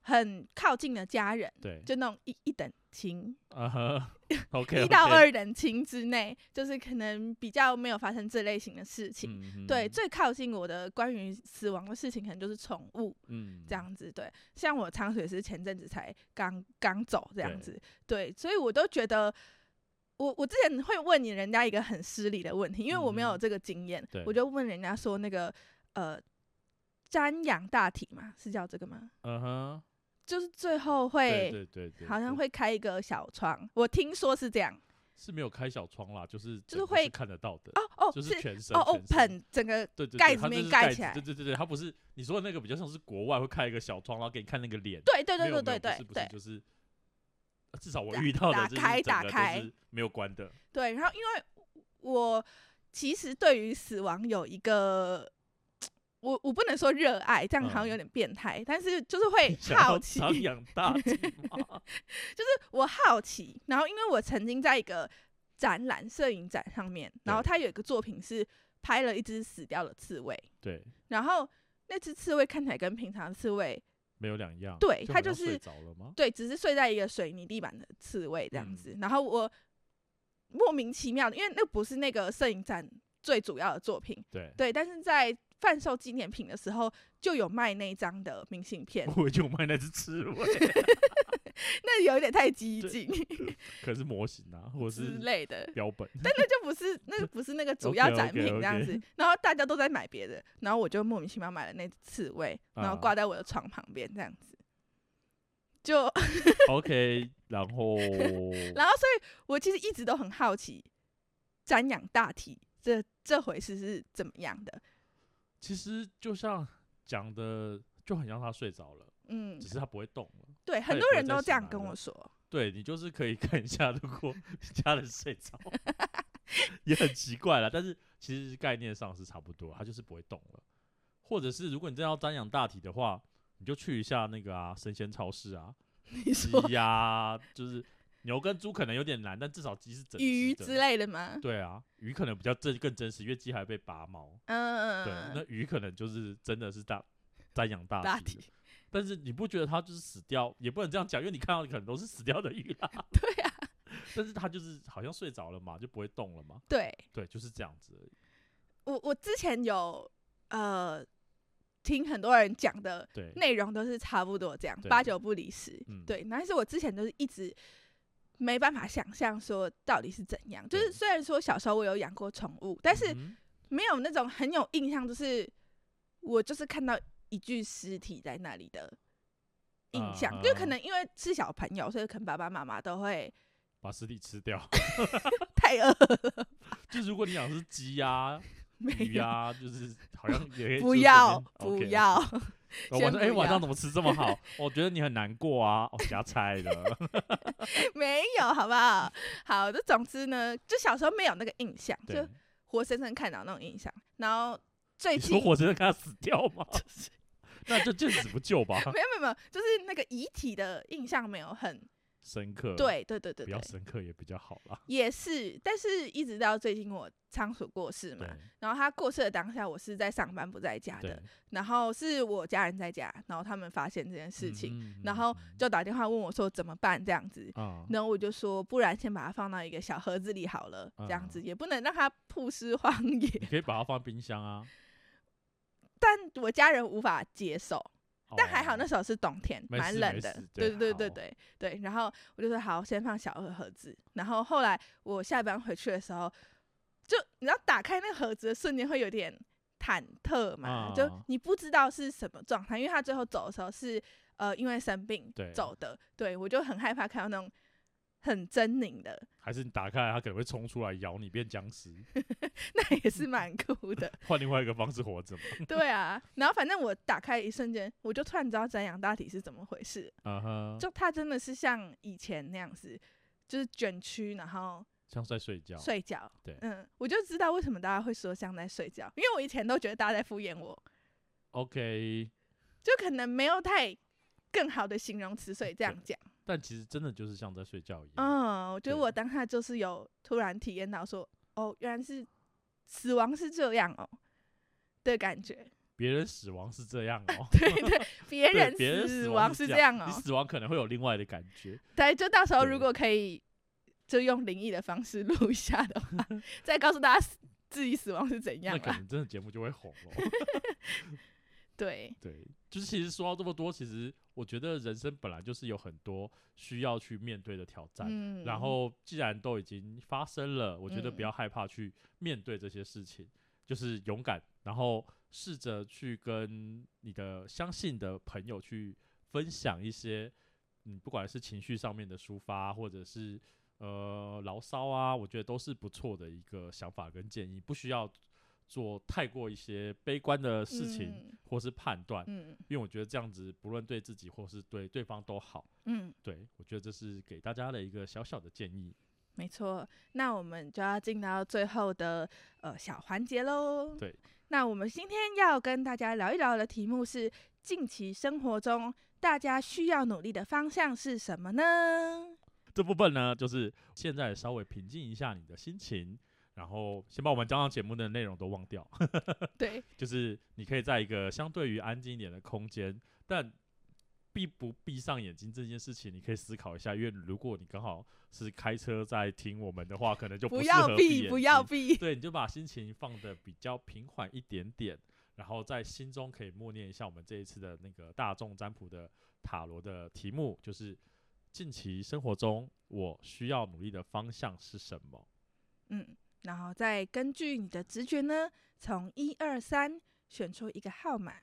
S2: 很靠近的家人，
S1: 对，
S2: 就那种一一等亲，
S1: 啊 哈，OK，
S2: 一到二人亲之内，就是可能比较没有发生这类型的事情。
S1: 嗯，
S2: 对，，最靠近我的关于死亡的事情，可能就是宠物
S1: 嗯，
S2: 这，样子。对，像我仓鼠也是前阵子才刚刚走这样
S1: 对
S2: 子。对，所以我都觉得，我我之前会问你人家一个很失礼的问题，因为我没
S1: 嗯
S2: 有
S1: 哼
S2: 这个经验
S1: 对，
S2: 我就问人家说那个呃，瞻仰大体嘛，是叫这个吗？
S1: 嗯哼，
S2: 就是最后
S1: 对
S2: 会
S1: 对对对，
S2: 好像
S1: 对
S2: 会开一个小窗，我听说是这样。
S1: 是没有开小窗啦，就是
S2: 就是
S1: 整个
S2: 会
S1: 看得到的，
S2: 哦哦，
S1: 就是全身
S2: 哦
S1: 全身
S2: ，open 整个
S1: 对对，对它
S2: 盖子
S1: 就
S2: 面
S1: 是
S2: 盖
S1: 子
S2: 起来
S1: 对对对对，它不是你说的那个比较像是国外会开一个小窗，然后给你看那个脸，
S2: 对对对
S1: 没有
S2: 对
S1: 没有
S2: 对对
S1: 不是
S2: 对
S1: 不是就是。呃至少我
S2: 打
S1: 遇到
S2: 打
S1: 的就是
S2: 开
S1: 整
S2: 打
S1: 个
S2: 开
S1: 都是没有关的，
S2: 对。然后因为我其实对于死亡有一个，我我不能说热爱，这样好像
S1: 嗯
S2: 有点变态，但 是就是会
S1: 想
S2: 好
S1: 要
S2: 奇，
S1: 长养 大计嘛
S2: 就是我好奇。然后因为我曾经在一个展览摄影展上面，然后
S1: 对
S2: 它有一个作品是拍了一只死掉的刺猬，
S1: 对，
S2: 然后那只刺猬看起来跟平常的刺猬
S1: 没有两样。
S2: 对
S1: 就
S2: 它
S1: 好
S2: 就
S1: 像睡
S2: 是
S1: 着了吗？
S2: 对，只是睡在一个水泥地板的刺猬这样
S1: 嗯
S2: 子。然后我莫名其妙的，因为那不是那个摄影展最主要的作品，
S1: 对，，
S2: 对，但是在贩售纪念品的时候就有卖那一张的明信片
S1: 我就卖那只刺猬，
S2: 那有一点太激
S1: 对
S2: 进
S1: 可是模型啊，或
S2: 之
S1: 是
S2: 类的。
S1: 标 本。
S2: 但那就不是，那个不是那个 主要展品这样子
S1: OK，OK，OK
S2: 然后大家都在买别的，然后我就莫名其妙买了那只刺猬，然后
S1: 啊哦
S2: 挂在我的床旁边这样子，就
S1: OK，然后
S2: 然后，所以我其实一直都很好奇，瞻仰大体这这回事是怎么样的？
S1: 其实就像讲的，就很像他睡着了，
S2: 嗯
S1: 只，是他不会动了。
S2: 对，很
S1: 也
S2: 多
S1: 不会
S2: 人
S1: 再
S2: 都
S1: 醒
S2: 这样
S1: 来
S2: 跟
S1: 了
S2: 我说，
S1: 对你就是可以 看一下，如果家人睡着，也很奇怪啦。但是其实概念上是差不多，他就是不会动了。或者是如果你真的要瞻仰大体的话，你就去一下那个啊生鲜超市啊，
S2: 你
S1: 鸡
S2: 说
S1: 呀、 就是牛跟猪可能有点难，但至少鸡是整
S2: 鱼
S1: 只
S2: 之
S1: 的。
S2: 类的吗？
S1: 对啊，鱼可能比较真更真实，因为鸡还被拔毛。
S2: 嗯，
S1: 对，那鱼可能就是真的是大瞻仰大
S2: 大
S1: 体的
S2: 体，
S1: 但是你不觉得它就是死掉？也不能这样讲，因为你看到的可能都是死掉的鱼啦。
S2: 对啊，
S1: 但是它就是好像睡着了嘛，就不会动了嘛。
S2: 对
S1: 对，就是这样子而已。
S2: 我我之前有呃听很多人讲的
S1: 对，
S2: 内容都是差不多这样，
S1: 对
S2: 八九不离十。
S1: 嗯
S2: 对，但是我之前都是一直没办法想象说到底是怎样。就是
S1: 对
S2: 虽然说小时候我有养过宠物，但是
S1: 嗯哼
S2: 没有那种很有印象，就是我就是看到一具尸体在那里的印象，
S1: 啊
S2: 就可能因为是小朋友，所以可能爸爸妈妈都会
S1: 把尸体吃掉。
S2: 太饿了，
S1: 就如果你养的是鸡呀、
S2: 没
S1: 鱼
S2: 有，
S1: 呀，就是好像也可以
S2: 不
S1: 就
S2: 要
S1: 随便
S2: 不
S1: OK，
S2: 要，
S1: 哦
S2: 先
S1: 晚上哎
S2: 不
S1: 晚
S2: 要
S1: 上怎么吃这么好？ 我觉得你很难过啊，哦瞎猜 的。
S2: 没有，好不
S1: 嗯
S2: 好？好的，总之呢，就小时候没有那个印象，就哎
S1: 对，
S2: 活生生看到那种印象。然后最
S1: 你
S2: 近
S1: 说
S2: 没有
S1: 我真的看他死掉 吗？那就见死不救吧，
S2: 没有没有，就是那个遗体的印象没有很
S1: 深刻，，
S2: 对对对对
S1: 比较
S2: 对，
S1: 深刻也比较好啦。
S2: 也是，但是一直到最近我仓鼠过世嘛
S1: 对，
S2: 然后他过世的当下，我是在上班不在家
S1: 对
S2: 的，，然后是我家人在家，然后他们发现这件事情，
S1: 嗯
S2: 然后
S1: 嗯
S2: 就打电话问我说怎么办这样子，
S1: 啊，
S2: 然后我就说，不然先把它放到一个小盒子里好了，这样子
S1: 嗯
S2: 也不能让它曝尸荒
S1: 你
S2: 野。
S1: 可以把它放冰箱 啊。
S2: 但我家人无法接受，但还好
S1: 哦
S2: 那时候是冬天，
S1: 没
S2: 蛮
S1: 事
S2: 冷
S1: 没
S2: 的
S1: 事。
S2: 对
S1: 对
S2: 对对
S1: 好
S2: 对对。然后我就说好，先放小盒子。然后后来我下班回去的时候，就你知道打开那个盒子的瞬间会有点忐忑嘛，就
S1: 啊
S2: 你不知道是什么状态，因为他最后走的时候是呃因为生病
S1: 对
S2: 走的，对我就很害怕看到那种很狰狞的。
S1: 还是你打开来，它可能会冲出来咬你，变僵尸，
S2: 那也是蛮酷 的，
S1: 换另外一个方式活着 嘛。
S2: 对啊。然后反正我打开一瞬间，我就突然知道瞻仰大体是怎么回事，
S1: 啊哈，
S2: 就它真的是像以前那样子，就是卷曲然后
S1: 像是在睡觉。
S2: 睡觉。
S1: 对
S2: 嗯，我就知道为什么大家会说像在睡觉，因为我以前都觉得大家在敷衍我，
S1: OK，
S2: 就可能没有太更好的形容词，所以这样讲。
S1: 但其实真的就是像在睡觉一样。
S2: 嗯，我觉得
S1: 对
S2: 我当下就是有突然体验到说，哦，原来是死亡是这样哦的 感觉，
S1: 别人死亡是这样 哦，
S2: 别
S1: 对
S2: 人
S1: 别人
S2: 死
S1: 死
S2: 亡
S1: 亡
S2: 是
S1: 是
S2: 这
S1: 这
S2: 样哦
S1: 你，死亡可能会有另外的感觉。
S2: 对，就到时候如
S1: 对
S2: 果可以，就用灵异的方式 录一下 的话，再告诉大家死自己死亡是怎样啊
S1: 那可
S2: 啦。
S1: 能真的节目就会红了。
S2: 对，
S1: 对，就是其实说到这么多，其实我觉得人生本来就是有很多需要去面对的挑战。
S2: 嗯，
S1: 然后既然都已经发生了，我觉得
S2: 嗯
S1: 不要害怕去面对这些事情，就是勇敢，然后试着去跟你的相信的朋友去分享一些，嗯，不管是情绪上面的抒发，或者是呃牢骚啊，我觉得都是不错的一个想法跟建议，不需要做太过一些悲观的事情、或是判断，
S2: 嗯，
S1: 因为我觉得这样子不论对自己或是对对方都好。
S2: 嗯嗯，
S1: 对，我觉得这是给大家的一个小小的建议。
S2: 没错。那我们就要进到最后的呃小环节喽。
S1: 对，
S2: 那我们今天要跟大家聊一聊的题目是近期生活中大家需要努力的方向是什么呢？
S1: 这部分呢，就是现在稍微平静一下你的心情，然后先把我们刚刚节目的内容都忘掉，
S2: 对，
S1: 就是你可以在一个相对于安静一点的空间，但闭不闭上眼睛这件事情，你可以思考一下，因为如果你刚好是开车在听我们的话，可能就
S2: 不
S1: 适
S2: 要
S1: 合
S2: 避，
S1: 眼
S2: 不要
S1: 睛
S2: 避。
S1: 对，你就把心情放得比较平缓一点点，然后在心中可以默念一下我们这一次的那个大众占卜的塔罗的题目，就是近期生活中我需要努力的方向是什么？
S2: 嗯，然后再根据你的直觉呢，从一二三选出一个号码。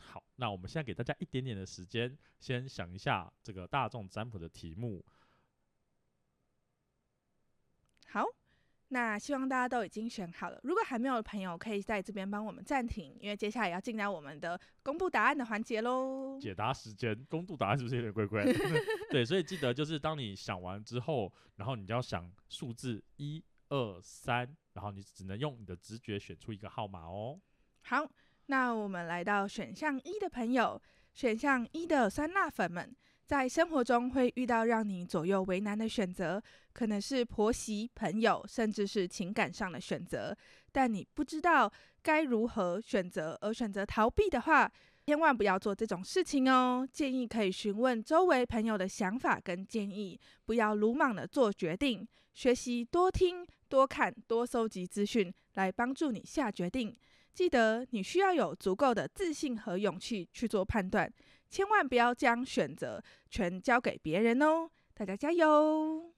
S1: 好，那我们现在给大家一点点的时间，先想一下这个大众占卜的题目。
S2: 好，那希望大家都已经选好了。如果还没有的朋友，可以在这边帮我们暂停，因为接下来要进到我们的公布答案的环节喽。
S1: 解答时间，公布答案是不是有点怪怪？ 对，所以记得就是当你想完之后，然后你就要想数字一二三，然后你只能用你的直觉选出一个号码哦。
S2: 好，那我们来到选项一的朋友，选项一的酸辣粉们，在生活中会遇到让你左右为难的选择，可能是婆媳、朋友，甚至是情感上的选择，但你不知道该如何选择，而选择逃避的话。千万不要做这种事情哦！建议可以询问周围朋友的想法跟建议，不要鲁莽的做决定。学习多听、多看、多搜集资讯，来帮助你下决定。记得你需要有足够的自信和勇气去做判断，千万不要将选择权交给别人哦。大家加油！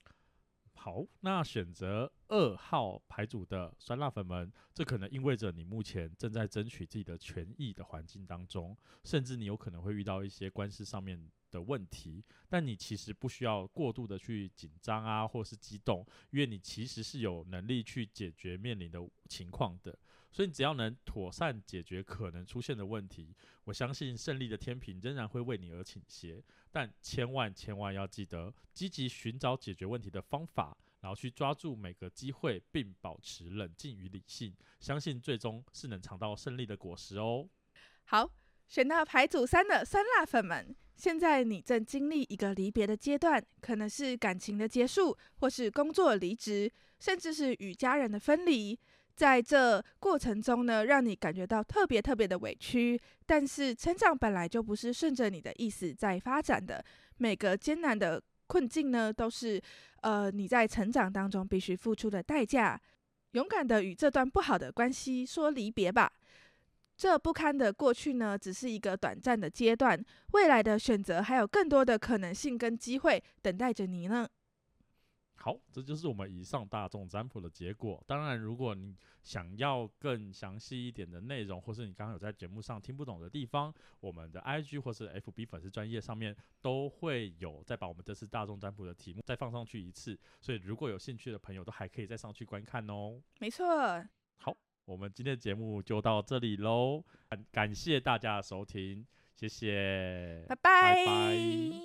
S1: 好，那选择二号牌组的酸辣粉们，这可能意味着你目前正在争取自己的权益的环境当中，甚至你有可能会遇到一些官司上面的问题，但你其实不需要过度的去紧张啊，或是激动，因为你其实是有能力去解决面临的情况的。所以你只要能妥善解决可能出现的问题，我相信胜利的天平仍然会为你而倾斜。但千万千万要记得积极寻找解决问题的方法，然后去抓住每个机会，并保持冷静与理性，相信最终是能尝到胜利的果实哦。
S2: 好，选到牌组三的酸辣粉们，现在你正经历一个离别的阶段，可能是感情的结束，或是工作离职，甚至是与家人的分离。在这过程中呢，让你感觉到特别特别的委屈，但是成长本来就不是顺着你的意思在发展的，每个艰难的困境呢，都是呃你在成长当中必须付出的代价。勇敢的与这段不好的关系说离别吧，这不堪的过去呢，只是一个短暂的阶段，未来的选择还有更多的可能性跟机会等待着你呢。
S1: 好，这就是我们以上大众占卜的结果。当然，如果你想要更详细一点的内容，或是你刚刚有在节目上听不懂的地方，我们的 IG 或是 FB 粉丝专业上面都会有再把我们这次大众占卜的题目再放上去一次。所以，如果有兴趣的朋友，都还可以再上去观看哦。
S2: 没错，
S1: 好，我们今天的节目就到这里喽，感感谢大家的收听，谢谢，
S2: 拜
S1: 拜
S2: 拜
S1: 拜